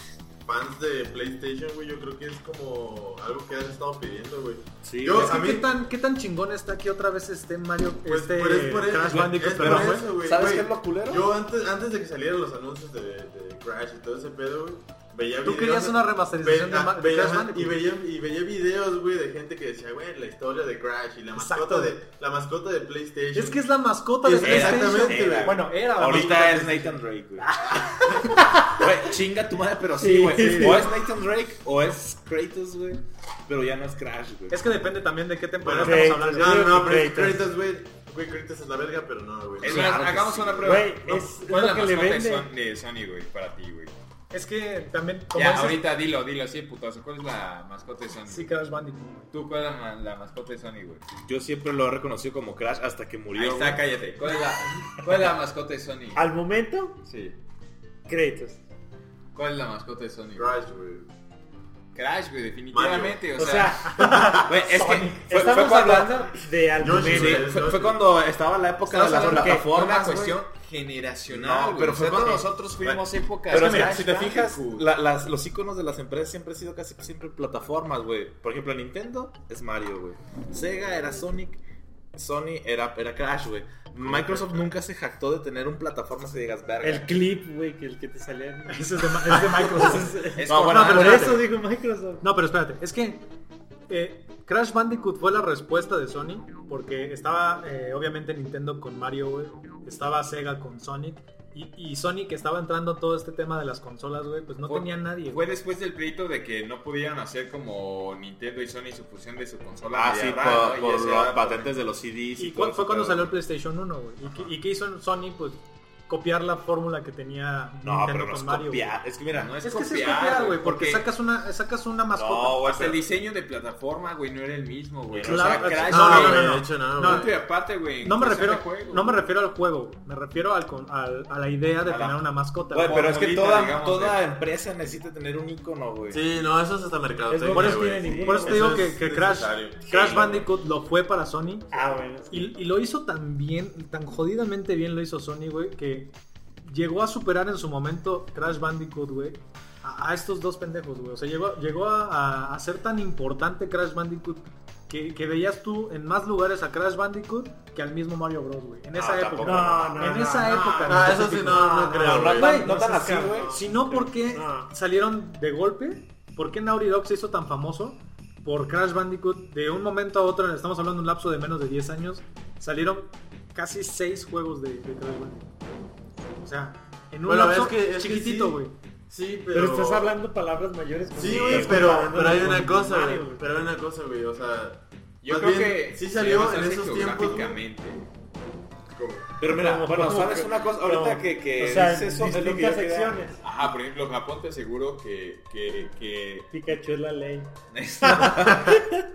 H: fans de PlayStation, güey, yo creo que es como algo que han estado pidiendo, güey.
J: Sí,
H: Yo-
J: güey.
B: Es que ¿Qué tan, ¿Qué tan chingón está que otra vez esté Mario
H: Pues,
B: este
H: pero es por eso,
B: Crash
H: güey,
B: Bandicoot?
H: es por
B: perdón, güey?
H: eso, güey,
J: ¿Sabes
H: güey.
J: qué es lo culero?
H: Yo antes, antes de que salieran los anuncios de, de Crash y todo ese pedo, güey, veía
B: Tú
H: videos
B: querías
H: de-
B: una remasterización
H: ve-
B: de, Ma-
H: ah,
B: de
H: veía-
B: Crash Bandicoot.
H: y veía y veía videos, güey, de gente que decía, güey, la historia de Crash y la mascota
B: Exacto.
H: de la mascota de PlayStation.
B: Es que es la mascota de
H: Era,
B: PlayStation.
H: exactamente, güey.
B: Bueno, era. la
J: Ahorita
B: mascota
J: es
B: de-
J: Nathan Drake, güey. Güey, chinga tu madre, pero sí, güey. O es Nathan Drake o es Kratos, güey. Pero ya no es Crash, güey.
B: Es que depende también de qué temporada
H: Bueno,
B: estamos hablando.
H: no, no, pero es
F: Kratos.
H: Kratos, güey. Güey, Kratos es la verga, pero no, güey.
C: Es
H: No,
C: más,
J: Claro que
C: hagamos
J: sí.
C: una prueba.
F: Güey,
C: No,
F: es- es
C: ¿Cuál es
F: lo
C: la
F: que le
C: mascota de
F: vende.
C: Son- de Sony, güey, para ti, güey?
B: Es que también, como
C: Ya,
B: dices,
C: ahorita dilo, dilo así, putazo. ¿Cuál es la mascota de Sony?
B: sí, Crash Bandicoot. güey.
C: ¿Tú cuál es la, la mascota de Sony, güey?
J: Yo siempre lo he reconocido como Crash hasta que murió.
C: Ahí está,
J: güey.
C: cállate. ¿Cuál es la, cuál es la mascota de Sony?
F: Al momento,
C: Sí.
F: créditos.
C: ¿Cuál es la mascota de Sony? güey?
H: Crash, güey.
C: Crash, güey, definitivamente.
F: O
C: O sea,
F: sea,
J: Güey, es que fue, fue
F: estamos
J: cuando,
F: hablando de al
H: Yo sí,
F: momento.
J: sí, fue, fue cuando estaba la época de
C: estamos
J: las
C: hablando que fue
J: plataformas.
C: una
J: güey.
C: cuestión generacional,
J: No,
C: güey.
J: pero
C: O
J: fue
C: sea, todos
J: cuando-
C: nosotros fuimos épocas.
J: Pero
C: de
J: mira,
C: Crash,
J: si te
C: Bandicoot.
J: fijas, la- las- los iconos de las empresas siempre han sido casi siempre plataformas, güey. Por ejemplo, Nintendo es Mario, güey. Sega era Sonic. Sony era, era Crash, güey. Microsoft nunca se jactó de tener un plataforma que digas verga.
F: El clip, güey, que el que te salía. en-
B: Ese es de, Ma- es de Microsoft.
C: Es
J: No,
C: como-
J: bueno,
B: pero
F: Por
B: espérate.
F: eso digo Microsoft.
B: No, pero espérate, es que eh, Crash Bandicoot fue la respuesta de Sony, porque estaba eh, obviamente Nintendo con Mario, güey, estaba Sega con Sonic, y, y Sonic estaba entrando a todo este tema de las consolas, güey, pues no
C: Fue-
B: tenía nadie.
C: Fue
B: güey.
C: después del pleito de que no podían hacer como Nintendo y Sony su fusión de su consola.
J: Ah,
C: media
J: sí,
C: rara,
J: por,
C: ¿no?
J: por
C: Y ese
J: los
C: era-
J: patentes de los CDs.
B: Y
J: todo
B: cu-
J: ese
B: fue cuando
J: pedo.
B: salió el PlayStation 1, güey. ¿Y, qué- ¿Y qué hizo Sony? Pues copiar la fórmula que tenía
J: No, pero no
B: con
J: es
B: Mario, güey.
J: copiar. Es que mira, no es,
B: Es, que sí es
J: copiar,
B: copiar, güey, porque
J: porque-
B: sacas una sacas una
J: No,
B: mascota.
J: güey,
C: Hasta
J: pero-
C: el diseño de plataforma, güey, no era el mismo, güey.
J: Claro,
C: o sea, Crash,
B: no, no,
C: güey,
B: no, no,
H: de hecho, no,
B: no,
H: güey.
C: punto y aparte, güey.
B: No me
J: pues,
C: cuestión
B: refiero
C: de juego,
B: no me
C: güey.
B: refiero al juego, güey. me refiero al, con- al- a la idea de
J: A la-
B: tener una mascota.
J: Güey,
B: güey.
J: pero es que
C: Formulita,
J: toda,
C: digamos,
J: toda
C: de-
J: empresa necesita tener un icono, güey.
H: Sí, no, eso es hasta mercado.
B: Es por eso Por eso te digo que, que Crash, Crash Bandicoot lo fue para Sony.
J: Ah, bueno.
B: Pues, Y, y lo hizo tan bien, tan jodidamente bien lo hizo Sony, güey, que llegó a superar en su momento Crash Bandicoot, güey, a, a estos dos pendejos, güey. O sea, llegó, llegó a, a- a ser tan importante Crash Bandicoot que, que veías tú en más lugares a Crash Bandicoot que al mismo Mario Bros, güey. En esa época.
J: tampoco, no,
B: en esa época.
H: Ah,
B: en
H: eso sí,
B: específico.
H: no, no creo.
J: No,
H: güey.
J: tan- no tan así, güey.
B: Si no, ¿por qué salieron de golpe? ¿Por qué Naughty Dog se hizo tan famoso? Por Crash Bandicoot, de un momento a otro, estamos hablando de un lapso de menos de 10 años, salieron casi 6 juegos de, de Crash Bandicoot. O sea, en un
H: Bueno,
B: lapso
H: es que- es que
B: chiquitito,
H: sí.
B: güey.
H: Sí, pero...
F: Pero estás hablando palabras mayores. con-
H: Sí, güey,
F: estás
H: pero,
F: comparando
H: pero hay
F: con
H: una cosa,
F: Mario,
H: güey. Pero hay una cosa, güey, o sea...
C: Yo
H: más
C: creo
H: bien,
C: que
H: Sí salió
C: debemos
H: en
C: hacer
H: esos tiempos, güey.
C: geográficamente.
J: Pero mira,
F: Como-
J: bueno,
F: como
J: ¿sabes
F: que-
J: una cosa? Ahorita
F: no.
J: que, que
F: O sea,
J: dices eso, es lo que yo
F: distintas
J: quería-
F: secciones.
C: Ajá, por ejemplo, Japón te aseguro que, que, que
F: Pikachu es la ley.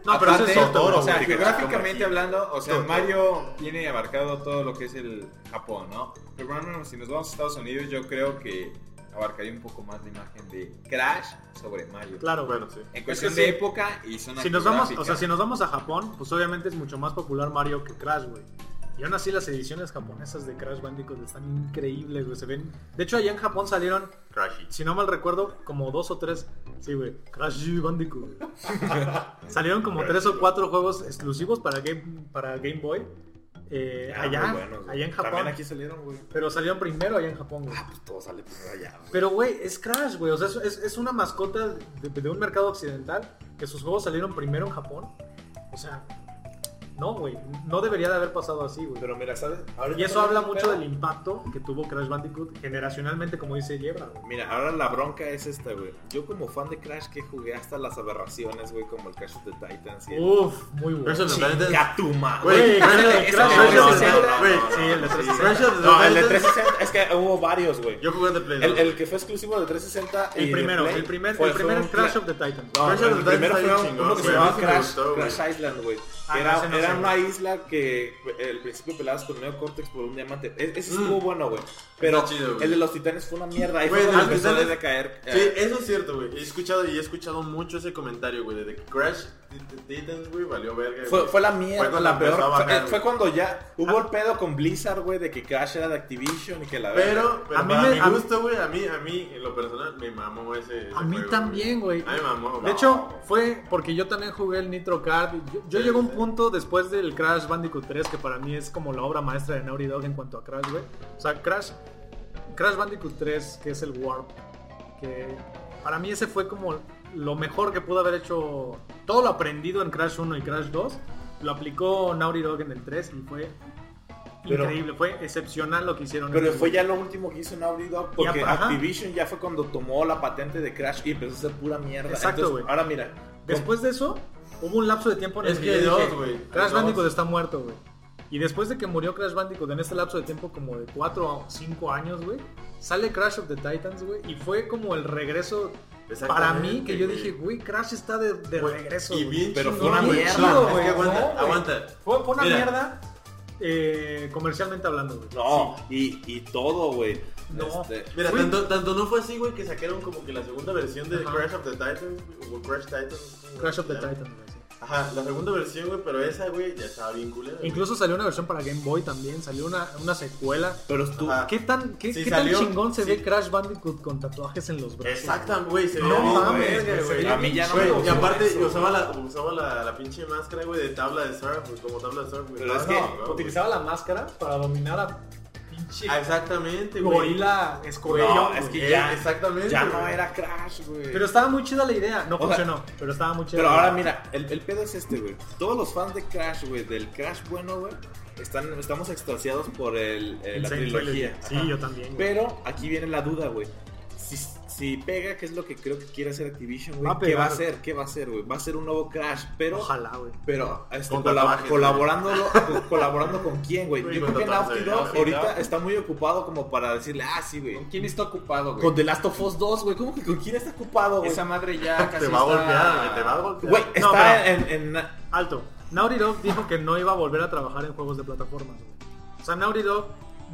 B: No, pero eso es
C: Aparte,
B: cierto,
C: O sea,
B: güey.
C: geográficamente hablando, o sea, Mario tiene abarcado todo lo que es el Japón, ¿no? Pero bueno, si nos vamos a Estados Unidos, yo creo que abarcaría un poco más la imagen de Crash sobre Mario.
B: Claro, güey.
H: Bueno, sí.
C: En cuestión
B: Es que
C: de
B: sí.
C: época y zona
B: Si nos vamos, o
C: geográfica.
B: sea, si nos vamos a Japón, pues obviamente es mucho más popular Mario que Crash, güey. Y aún así las ediciones japonesas de Crash Bandicoot están increíbles, güey. Se ven. De hecho, allá en Japón salieron
H: Crashy.
B: si no mal recuerdo, como dos o tres. Sí, güey. Crash Bandicoot. güey. Salieron como tres o cuatro juegos exclusivos para Game, para Game Boy. eh,
J: Ah,
B: allá,
J: muy buenos, güey.
B: allá en Japón.
J: También aquí salieron, güey.
B: Pero salieron primero allá en Japón, güey.
J: Ah, pues todo sale primero allá, güey.
B: Pero, güey, es Crash, güey. O sea, es, es- es una mascota de, de un mercado occidental que sus juegos salieron primero en Japón. O sea, no, güey. No debería de haber pasado así, güey.
J: Pero mira, ¿sabes? Ahorita
B: Y eso habla
J: también,
B: mucho
J: pero-
B: del impacto que tuvo Crash Bandicoot generacionalmente, como dice Yebra, güey.
J: Mira, ahora la bronca es
C: este.
J: esta, güey. Yo como fan de Crash que jugué hasta las aberraciones, güey, como el Crash of the Titans y el...
B: Uf, muy bueno.
H: Crash of the Titans-
J: Chinga tu madre.
H: Güey, Crash of the-
J: Ese-
H: Crash
J: ese-
H: of the-
J: no, no,
H: Titans-
J: no,
H: güey.
J: no,
B: Sí, el de 360.
H: Crash of the
J: No, el de
H: Titans-
J: 360, es que hubo varios, güey.
H: Yo jugué de Play.
J: El, el que fue exclusivo de 360 y
B: El
J: de
B: primero,
J: Play
B: el primer,
J: fue-
B: el primer
J: fue un
B: Crash
J: cla-
B: of the Titans.
H: No, Crash of the
J: el
H: Titans
J: primero
H: está
J: fue
H: bien
J: un- uno que se
H: chingón, güey. A
J: llamaba
H: mí
J: Crash,
H: sí me gustó, güey.
J: Crash Island, güey.
B: Ah,
J: Que
B: no,
J: era,
B: ese no
J: era
B: sé.
J: una isla que eh, el principio peleabas con Neo Cortex por un diamante. E- ese estuvo bueno, güey. Pero
H: Mm. Está chido, güey.
J: el de los titanes fue una mierda. Ahí
H: Güey,
J: fue
H: de
J: donde
H: los
J: empezó
H: titanes-
J: a eh, caer.
H: Sí, eso es cierto, güey. He escuchado y he escuchado mucho ese comentario, güey, de que Crash Titans, güey, valió verga. güey.
J: Fue, fue la mierda,
H: Fue cuando
J: la peor.
H: empezó a
J: Fue,
H: bajar,
J: eh, fue
H: güey. Ah.
J: cuando ya hubo el pedo con Blizzard, güey, de que Crash era de Activision y que la verga.
H: Pero, pero
B: A mí
H: para
B: me- a
H: mi
B: mí-
H: gusto, güey, a mí, a mí, en lo personal, me mamó ese. ese
B: A mí
H: juego,
B: también, güey.
H: Este, A mí me mamó, güey.
B: De hecho, fue porque yo también jugué el Nitro Card. Yo, yo
H: Sí,
B: llegué a un
H: sí.
B: punto después del Crash Bandicoot 3, que para mí es como la obra maestra de Naughty Dog en cuanto a Crash, güey. O sea, Crash, Crash Bandicoot 3, que es el Warp, que para mí ese fue como lo mejor que pudo haber hecho. Todo lo aprendido en Crash 1 y Crash 2, lo aplicó Naughty Dog en el 3 y fue
J: Pero-
B: increíble, fue excepcional lo que hicieron. en
J: Pero
B: el
J: fue ya lo último que hizo Naughty Dog porque
B: Ya, ajá.
J: Activision ya fue cuando tomó la patente de Crash y empezó a hacer pura mierda.
B: Exacto,
J: Entonces,
B: güey.
J: Ahora mira,
B: Después de eso, hubo un lapso de tiempo en el
H: Es
B: que,
H: que
B: yo
H: hay
B: dije,
H: dos, güey.
B: Crash
H: Hay
B: Bandicoot
H: dos.
B: está muerto, güey. Y después de que murió Crash Bandicoot en este lapso de tiempo como de 4 a 5 años, güey, sale Crash of the Titans, güey, y fue como el regreso para
H: Exactamente,
B: mí que yo
H: güey.
B: dije, güey, Crash está de, de
H: Güey,
B: regreso.
H: Y
B: güey.
H: bien
J: pero fue
H: chingón,
J: una
H: güey.
J: mierda,
H: Chido,
B: güey.
H: Es que aguanta,
B: No, güey.
H: aguanta.
B: Fue, fue una
H: Mira.
B: mierda eh, comercialmente hablando, güey.
J: No, y, y todo, güey.
B: No.
J: Este,
H: Mira,
B: Güey.
H: tanto, tanto no fue así, güey, que sacaron como que la segunda versión de
B: Ajá.
H: Crash of the Titans, o Crash Titans. ¿cómo
B: Crash
H: se
B: of the
H: llama?
B: Titans, güey. sí.
H: Ajá, la segunda versión, güey, pero esa, güey, ya estaba bien culera. güey.
B: Incluso salió una versión para Game Boy también, salió una, una secuela.
J: pero estuvo.
H: Ajá.
B: ¿Qué tan, qué,
H: Sí,
B: qué tan
H: salió,
B: chingón se
H: sí.
B: ve Crash Bandicoot con tatuajes en los brazos?
H: Exactamente, güey, se
B: No
H: veía bien
B: mames,
H: verga,
B: güey, se
H: güey.
B: veía
J: A mí ya no
H: Güey,
J: me gustó
H: y aparte
J: eso,
H: usaba, la, usaba la, la pinche máscara, güey, de tabla de surf, güey, como tabla de surf, güey.
J: Pero es
H: Ah,
J: que
H: no, güey.
B: Utilizaba la máscara para dominar a pinche
H: Ah, Exactamente, güey.
B: gorila escorpión.
J: No,
B: güey.
J: es que
H: Eh,
J: ya-
H: exactamente,
J: ya no
H: güey.
J: era Crash, güey.
B: Pero estaba muy chida la idea. No
J: sea,
B: funcionó, pero estaba muy chida.
J: Pero
B: la
J: ahora
B: idea.
J: mira, el, el pedo es este, güey. Todos los fans de Crash, güey, del Crash bueno, güey, están, estamos extasiados por el, eh, la
B: Insane
J: trilogía.
B: Trilogy. Sí,
J: Ajá.
B: yo también. güey.
J: Pero aquí viene la duda, güey. Si, si pega, que es lo que creo que quiere hacer Activision, güey,
B: Va a
J: ¿qué va a
B: pegar.
J: hacer? ¿Qué va a hacer, güey? Va a ser un nuevo Crash, pero
B: Ojalá, güey.
J: Pero este,
H: Con
J: colab-
H: tatuajes,
J: colaborándolo, co- colaborando con quién, güey.
H: Güey,
J: Yo
H: con
J: creo que Naughty
H: tatuajes,
J: Dog
H: Naughty
J: ahorita
H: Dog.
J: está muy ocupado como para decirle, ah, sí, güey.
E: ¿Con quién está ocupado, güey?
J: Con The Last of Us 2, güey. ¿Cómo que con quién está ocupado, güey?
E: Esa madre ya casi
H: Te va a
E: está-
H: golpear, güey, te va a golpear.
J: Güey,
B: No,
J: está en, en-
B: Alto. Naughty Dog dijo que no iba a volver a trabajar en juegos de plataformas, güey. O sea, Naughty Dog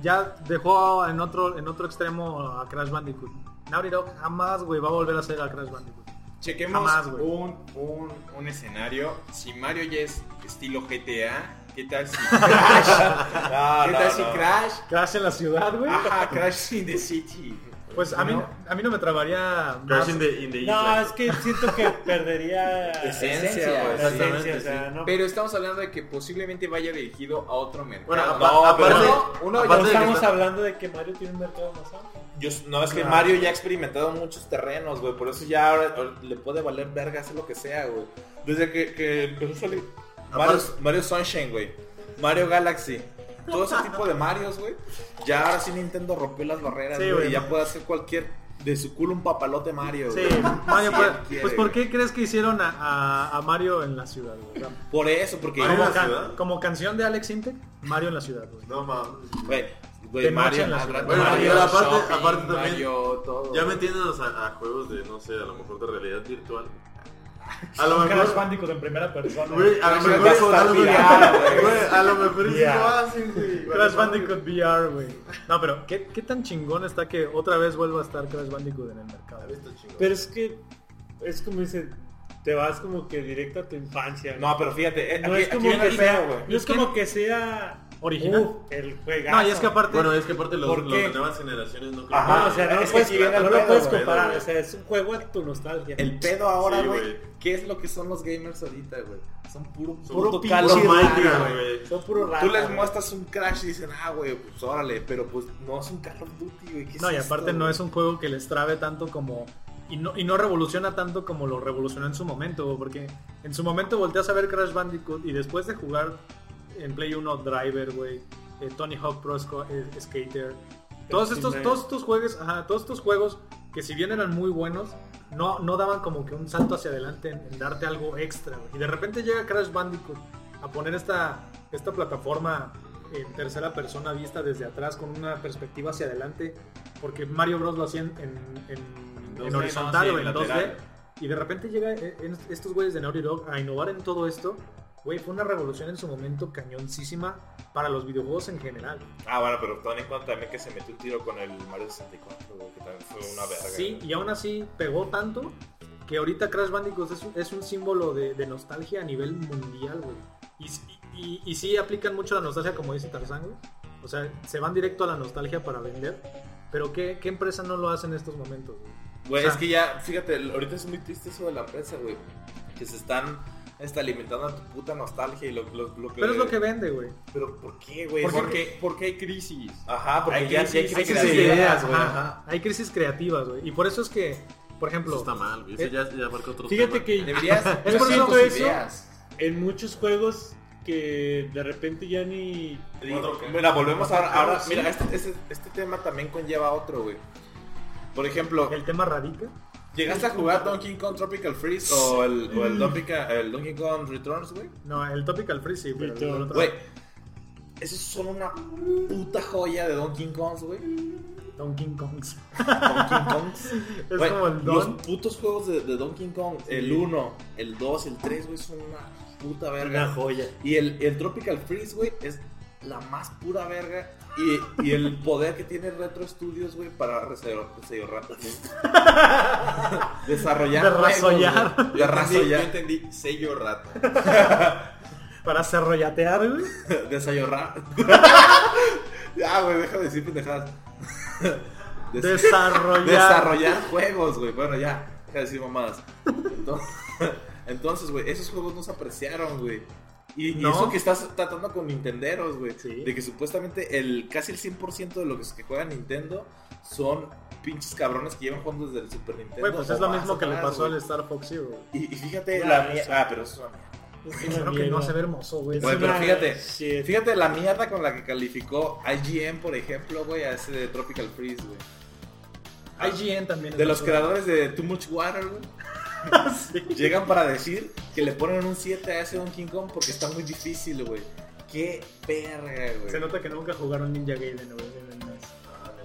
B: ya dejó en otro, en otro extremo a Crash Bandicoot. Naughty Dog jamás, güey, va a volver a hacer a Crash Bandicoot.
C: Chequemos
B: Jamás, güey.
C: un, un, un escenario. Si Mario ya es estilo GTA, ¿qué tal si ¿Qué tal si Crash?
B: Crash en la ciudad, güey.
C: Ajá, Crash in the City.
B: Pues a mí, a mí no me trabaría más.
H: Crash in the, in the
K: No,
H: Island.
K: es que siento que perdería
C: Esencia,
K: la
C: güey,
K: esencia, o sea, no.
C: Pero estamos hablando de que posiblemente vaya dirigido a otro mercado.
H: Bueno, apa-
C: No,
H: aparte-
C: pero uno-
K: Pero
H: aparte de que
K: estamos
H: está-
K: hablando de que Mario tiene un mercado más amplio.
J: yo- no, es que Mario ya ha experimentado muchos terrenos, güey. Por eso ya ahora, ahora le puede valer verga hacer lo que sea, güey. Desde que, que empezó a salir Mario, Mario Sunshine, güey. Mario Galaxy. Todo ese tipo de Marios, güey. Ya ahora sí Nintendo rompió las barreras,
B: Sí,
J: güey.
B: güey.
J: y ya puede hacer cualquier... De su culo un papalote Mario,
B: Sí,
J: güey.
B: Mario,
J: Si
B: pues,
J: él quiere,
B: pues, ¿por
J: güey.
B: qué crees que hicieron a, a- a Mario en la ciudad, güey? O sea,
J: Por eso, porque...
H: Mario en
B: Como,
H: la
B: can-
H: ciudad?
B: como canción de Alex Intec, Mario en la ciudad, güey.
H: No mames.
J: Güey, güey,
B: De noche
J: Mario...
B: en la ciudad.
H: Bueno,
J: Mario,
H: pero aparte-
J: shopping,
H: aparte también-
J: Mario, todo.
H: Ya metiéndonos a, a juegos de, no sé, a lo mejor de realidad virtual. A lo
K: Son Crash
H: mejor.
K: Bandicoot en primera persona.
H: Güey, a lo
J: Crash
H: mejor.
J: Bandicoot
H: a lo mejor-
J: VR, güey.
H: güey, A lo mejor "Ah, sí
K: Yeah.
H: lo hacen, güey.
B: Crash Bandicoot VR, güey. No, pero ¿qué, qué tan chingón está que otra vez vuelva a estar Crash Bandicoot en el mercado? güey?
K: Pero es que es como dice, te vas como que directo a tu infancia. güey.
J: No, pero fíjate, eh,
K: No
J: aquí,
K: es como
J: aquí viene
K: que
J: el
K: sea,
J: feo, güey.
K: no es como que sea
B: Original.
K: uh, el juegazo.
B: No, y es que aparte...
H: Bueno, es que aparte los,
K: ¿Por
H: los
K: qué?
H: de nuevas generaciones no creo
K: Ajá,
H: que-
K: Ah, o sea, no, lo
J: Es que
K: puedes,
J: sí viene
K: no
J: el
K: lo
J: pedo,
K: puedes
J: güey.
K: comparar,
H: Pedo,
K: o sea, es un juego a tu nostalgia.
J: El pedo ahora,
H: Sí,
J: güey.
H: güey.
J: ¿Qué es lo que son los gamers ahorita, güey? Son puro,
H: Son
J: puro,
H: puro
J: calor,
H: pinche
J: güey.
H: Minecraft,
K: güey. Son puro rata,
J: Tú les
K: güey.
J: muestras un crash y dicen, ah, güey, pues órale, pero pues no es un Call of Duty, güey. ¿qué es
B: No, y
J: esto,
B: aparte no
J: güey?
B: es un juego que les trabe tanto como... Y no, y no revoluciona tanto como lo revolucionó en su momento, güey, porque en su momento volteas a ver Crash Bandicoot y después de jugar en Play 1 Driver, güey, eh, Tony Hawk Pro Sco- eh, Skater, todos estos,
K: Racing
B: todos estos juegos, ajá, todos estos juegos que si bien eran muy buenos, no, no daban como que un salto hacia adelante en, en darte algo extra, güey. Y de repente llega Crash Bandicoot a poner esta, esta plataforma en tercera persona vista desde atrás con una perspectiva hacia adelante, porque Mario Bros lo hacían en, en- en
H: 2D,
B: horizontal
H: no, sí,
B: o en
H: lateral.
B: 2D. Y de repente llega eh, en estos güeyes de Naughty Dog a innovar en todo esto. Güey, fue una revolución en su momento cañoncísima para los videojuegos en general.
J: Ah, bueno, pero ten en cuenta también que se metió un tiro con el Mario 64, güey, que también fue una verga.
B: Sí,
J: güey.
B: y aún así pegó tanto que ahorita Crash Bandicoot es, un- es un símbolo de, de nostalgia a nivel mundial, güey. Y, s- y, y sí aplican mucho la nostalgia, como dice Tarzán, güey. O sea, se van directo a la nostalgia para vender. Pero ¿qué, qué empresa no lo hace en estos momentos, güey?
J: Güey,
B: O sea-
J: es que ya, fíjate, ahorita es muy triste eso de la empresa, güey. Que se están este, alimentando a tu puta nostalgia y lo, lo- lo que...
B: Pero es lo que vende, güey.
J: ¿Pero por qué, güey?
B: Porque-
J: Porque- Ah,
C: hay crisis?
J: Ajá, porque
C: Hay
J: ya,
C: crisis,
J: ya hay
C: hay
J: crisis
C: crisis de
J: creativas,
B: ideas,
J: güey.
B: ajá.
J: Ajá.
B: Hay crisis creativas, güey. Y por eso es que, por ejemplo...
H: Eso está mal, güey. Eso
B: Eh,
H: ya, ya marca otro
K: Fíjate que
C: Deberías.
B: Es
C: yo
B: por eso-
C: siento tus
K: eso-
C: ideas.
K: en muchos juegos que de repente ya ni
J: Mira, volvemos ahora. ahora Mira, este, este- este tema también conlleva otro, güey. Por ejemplo,
B: El tema radica.
J: ¿llegaste a jugar Donkey Kong Mm. Tropical Freeze o el, o el Donkey, el Donkey Kong Returns, güey?
B: No, el Topical Freeze, sí, pero...
K: Y todo.
B: el otro-
J: Güey, esos son una puta joya de Donkey Kongs, güey.
B: Donkey Kongs.
J: Donkey Kongs.
B: Es
J: Güey,
B: como el
J: Los
B: Don.
J: putos juegos de, de Donkey Kong, el 1, el 2, el 3, güey, son una puta verga.
K: una joya.
J: Y el, el Tropical Freeze, güey, es la más pura verga. Y, y el poder que tiene Retro Studios, güey, para reserv- reserv- desarrollar.
B: De
J: juegos,
B: rasollar.
J: güey. De
C: entendí- Yo
J: rasollar.
C: entendí sello rata.
B: Para cerrollatear, güey.
J: Desayorrar. ya, güey, deja de decir pendejadas. Des-
B: Desarrollar.
J: desarrollar juegos, güey. Bueno, ya, deja de decir mamadas. Entonces, entonces, güey, esos juegos no se apreciaron, güey. Y, y
B: No.
J: eso que estás tratando con Nintenderos, güey.
B: Sí.
J: De que supuestamente el casi el 100% de los que juega Nintendo son pinches cabrones que llevan jugando desde el Super Nintendo. Oh,
B: Güey, pues es
J: o
B: lo
J: más,
B: mismo
J: o
B: que le
J: más,
B: pasó
J: güey.
B: al Star Fox Zero. güey.
J: Y, y fíjate
K: Ya,
J: la
K: eso.
J: mierda. Ah, pero eso es una mierda.
K: Es una
B: Claro que no
K: mierda.
B: se ve hermoso, güey.
K: Es
J: Güey, pero
K: una
J: fíjate,
K: shit.
J: Fíjate la mierda con la que calificó IGN, por ejemplo, güey, a ese de Tropical Freeze, güey.
B: IGN también. es
J: De los
B: basura.
J: creadores de Too Much Water, güey. Llegan para decir que le ponen un 7 a ese Donkey Kong porque está muy difícil, güey. Qué perra,
B: Se
J: güey.
B: nota que nunca jugaron Ninja Gaiden, güey. en el NES.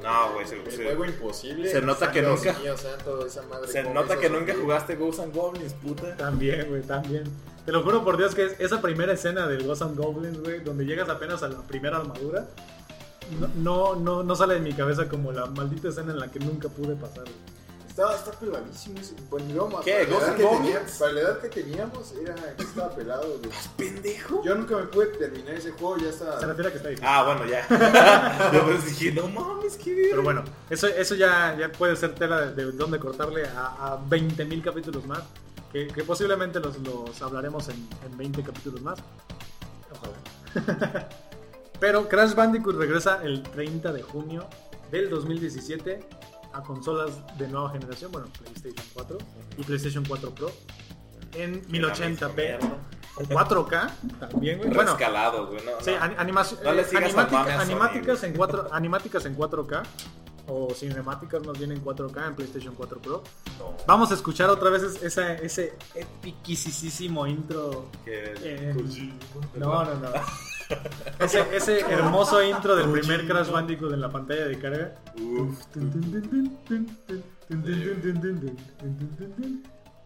J: No, güey, se-
H: El
J: se-
H: juego imposible.
J: se nota que
H: Dios
J: nunca-
H: mío santo, esa madre,
J: Se
H: ¿cómo
J: nota
H: hizo
J: que
H: eso?
J: nunca jugaste Ghosts and Goblins, puta.
B: También, güey, también. Te lo juro por Dios que es esa primera escena del Ghosts and Goblins, güey, donde llegas apenas a la primera armadura, no, no, no, no sale de mi cabeza como la maldita escena en la que nunca pude pasar. güey.
H: Estaba, está peladísimo. ese- Bueno, yo, más Para,
J: ¿Qué?
H: la
J: ¿Ghosts
H: edad
J: and
H: que tenía-
J: Goblins?
H: para la edad que teníamos, era que estaba pelado, güey.
J: ¿Pendejo?
H: Yo nunca me pude terminar ese juego, ya estaba.
B: Se refiere a que está difícil.
J: Ah, bueno, ya. Yo pues dije, no mames, qué bien.
B: Pero bueno, eso, eso ya, ya puede ser tela de, de dónde cortarle a, a 20.000 capítulos más, que, que posiblemente los, los hablaremos en, en 20 capítulos más. Ojalá. Pero Crash Bandicoot regresa el 30 de junio del 2017 a consolas de nueva generación, bueno, PlayStation 4 y PlayStation 4 Pro en 1080p o 4K también, güey. Bueno,
J: Rescalado, güey. No,
B: Sí,
J: no.
B: ani- animaci-
J: No le
B: eh,
J: sigas al
B: animática-
J: mame a Sony,
B: animáticas, en 4, animáticas en 4K o cinemáticas más bien en 4K en PlayStation 4 Pro. Vamos a escuchar otra vez es- esa- ese epiquisísimo intro.
J: Que-
B: eh,
J: pues
B: no, no, no. Ese, ese hermoso intro del primer Crash Bandicoot en la pantalla de carga.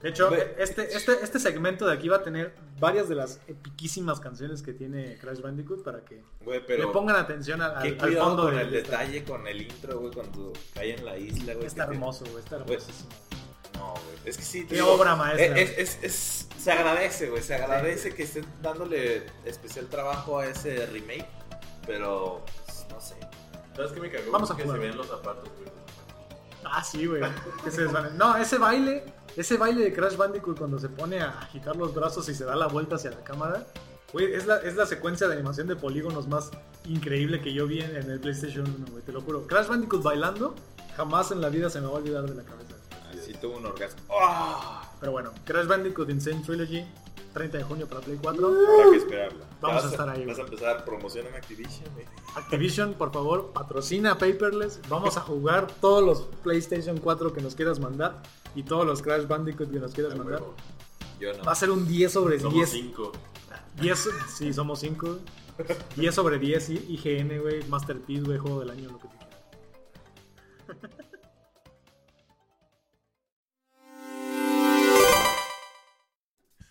B: De hecho,
J: Ve-
B: este, este, este segmento de aquí va a tener varias de las epiquísimas canciones que tiene Crash Bandicoot para que
J: Güey, pero.
B: le pongan atención al, al-
J: Qué
B: al
J: cuidado
B: fondo
J: con
B: del- este.
J: el detalle, con el intro, güey, cuando cae en la isla, güey.
B: Está
J: que te-
B: hermoso, güey, está
J: Güey,
B: hermoso.
J: No, güey. Es que sí. te
B: pues. Qué
J: digo,
B: obra maestra.
J: Es, es- es- se agradece, güey. Se agradece que estén dándole especial trabajo a ese remake. Pero, pues, no sé.
H: ¿Sabes qué me cagó?
B: Vamos a
H: que
B: jugar.
H: se vean los zapatos, güey.
B: Ah, sí, güey. que se desvane- No, ese baile, ese baile de Crash Bandicoot cuando se pone a agitar los brazos y se da la vuelta hacia la cámara. Güey, es la, es la secuencia de animación de polígonos más increíble que yo vi en, en el PlayStation 1, güey, te lo juro. Crash Bandicoot bailando, jamás en la vida se me va a olvidar de la cabeza.
J: Sí tuvo un orgasmo. ¡Ah!
B: Pero bueno, Crash Bandicoot Insane Trilogy, 30 de junio para Play 4.
J: Habrá que esperarlo.
B: Vamos
J: Vas
B: a estar ahí,
J: Vas a
B: güey.
J: empezar promoción en Activision, güey.
B: Activision, por favor, patrocina Paperless. Vamos a jugar todos los PlayStation 4 que nos quieras mandar y todos los Crash Bandicoot que nos quieras mandar.
J: Yo no.
B: Va a ser un 10 sobre
H: Somos
B: 10.
H: cinco.
B: 10 sí, somos 5. 10 sobre 10, sí, IGN, güey, Masterpiece, güey, juego del año, lo que tú quieras.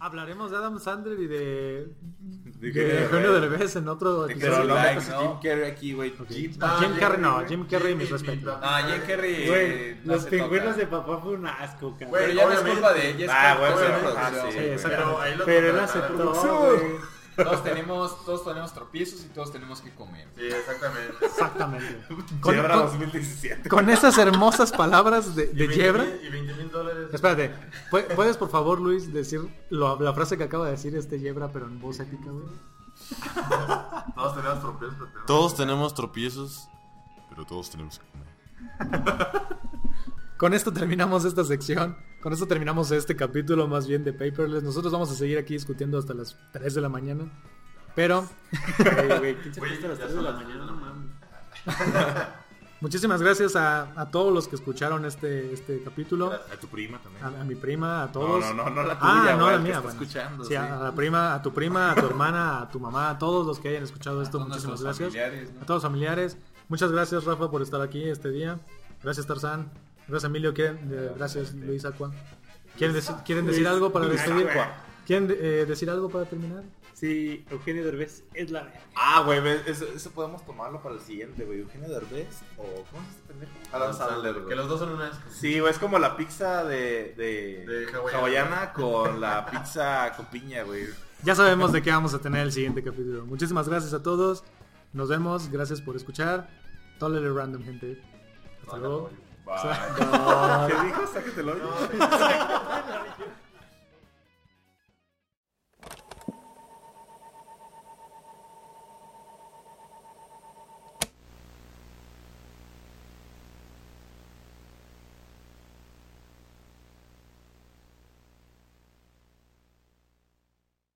B: Hablaremos de Adam Sandler y de, de, Eugenio Derbez en otro
J: Pero
B: episodio.
J: no
B: Ah,
J: metas a Jim Carrey aquí, güey. Jim
B: Jim Carrey, no, Jim Carrey, mis respetos.
J: Ah, Jim Carrey. eh,
F: Güey,
J: no
F: los
J: se
F: pingüinos
J: toca.
F: de papá fue un asco, cabrón.
H: Güey,
J: Pero ya no es
H: obviamente.
J: culpa de ella. es Ah,
H: güey,
J: culpa de
H: obviamente.
J: producción,
H: Ah, sí,
B: Sí,
J: güey.
B: exactamente.
H: Pero ahí lo
F: Pero él
H: contrataron.
F: aceptó,
B: Producción.
F: güey.
C: Todos tenemos, todos tenemos tropiezos y todos tenemos que comer.
H: Sí, exactamente.
B: Exactamente. Con,
J: Ginebra
B: con-
J: 2017.
B: con esas hermosas palabras de,
H: Y
B: de
H: 20,000
B: Yebra.
H: Y 20 mil dólares.
B: Espérate, ¿pue- ¿puedes por favor, Luis, decir lo- la frase que acaba de decir este Yebra, pero en voz épica, güey?
H: Todos
L: Todos tenemos
H: tenemos tropiezos, pero
L: tropiezos, pero todos tenemos que comer.
B: Con esto terminamos esta sección. Con esto terminamos este capítulo más bien de Paperless. Nosotros vamos a seguir aquí discutiendo hasta las 3 de la mañana. Pero
H: Güey, ya son las 3 de la mañana.
B: muchísimas gracias a, a todos los que escucharon este, este capítulo.
J: A tu prima también.
B: A, a mi prima, a
J: No,
B: todos.
J: no, no, no la
B: Ah,
J: tuya,
B: no,
J: güey,
B: la
J: el que
B: mía,
J: está
B: bueno.
J: escuchando.
B: Sí, a la prima, a tu prima, a tu hermana, a tu mamá, a todos los que hayan escuchado esto,
C: Todos
B: muchísimas
C: nuestros
B: gracias.
C: familiares, ¿no?
B: A todos los familiares. Muchas gracias, Rafa, por estar aquí este día. Gracias, Tarzán. Gracias, Emilio. ¿Quieren- eh, gracias,
J: este,
B: Luis Aqua. ¿Quieren, decir- ¿quieren decir algo para despedir? ¿Quieren eh, decir algo para terminar?
F: Sí, Eugenio Derbez es la verga.
J: Ah, güey, ve, eso, eso podemos tomarlo para el siguiente, güey. Eugenio Derbez o... ¿Cómo se este pendejo?
H: Adam Sandler, Que los dos son una.
J: Sí, güey, es como la pizza de... De,
H: De hawaiana.
J: con la pizza con piña, güey.
B: Ya sabemos de qué vamos a tener el siguiente capítulo. Muchísimas gracias a todos. Nos vemos. Gracias por escuchar. Tolere Random, gente. Hasta luego.
J: Bye. ¿Te dijo? Sáquetelo.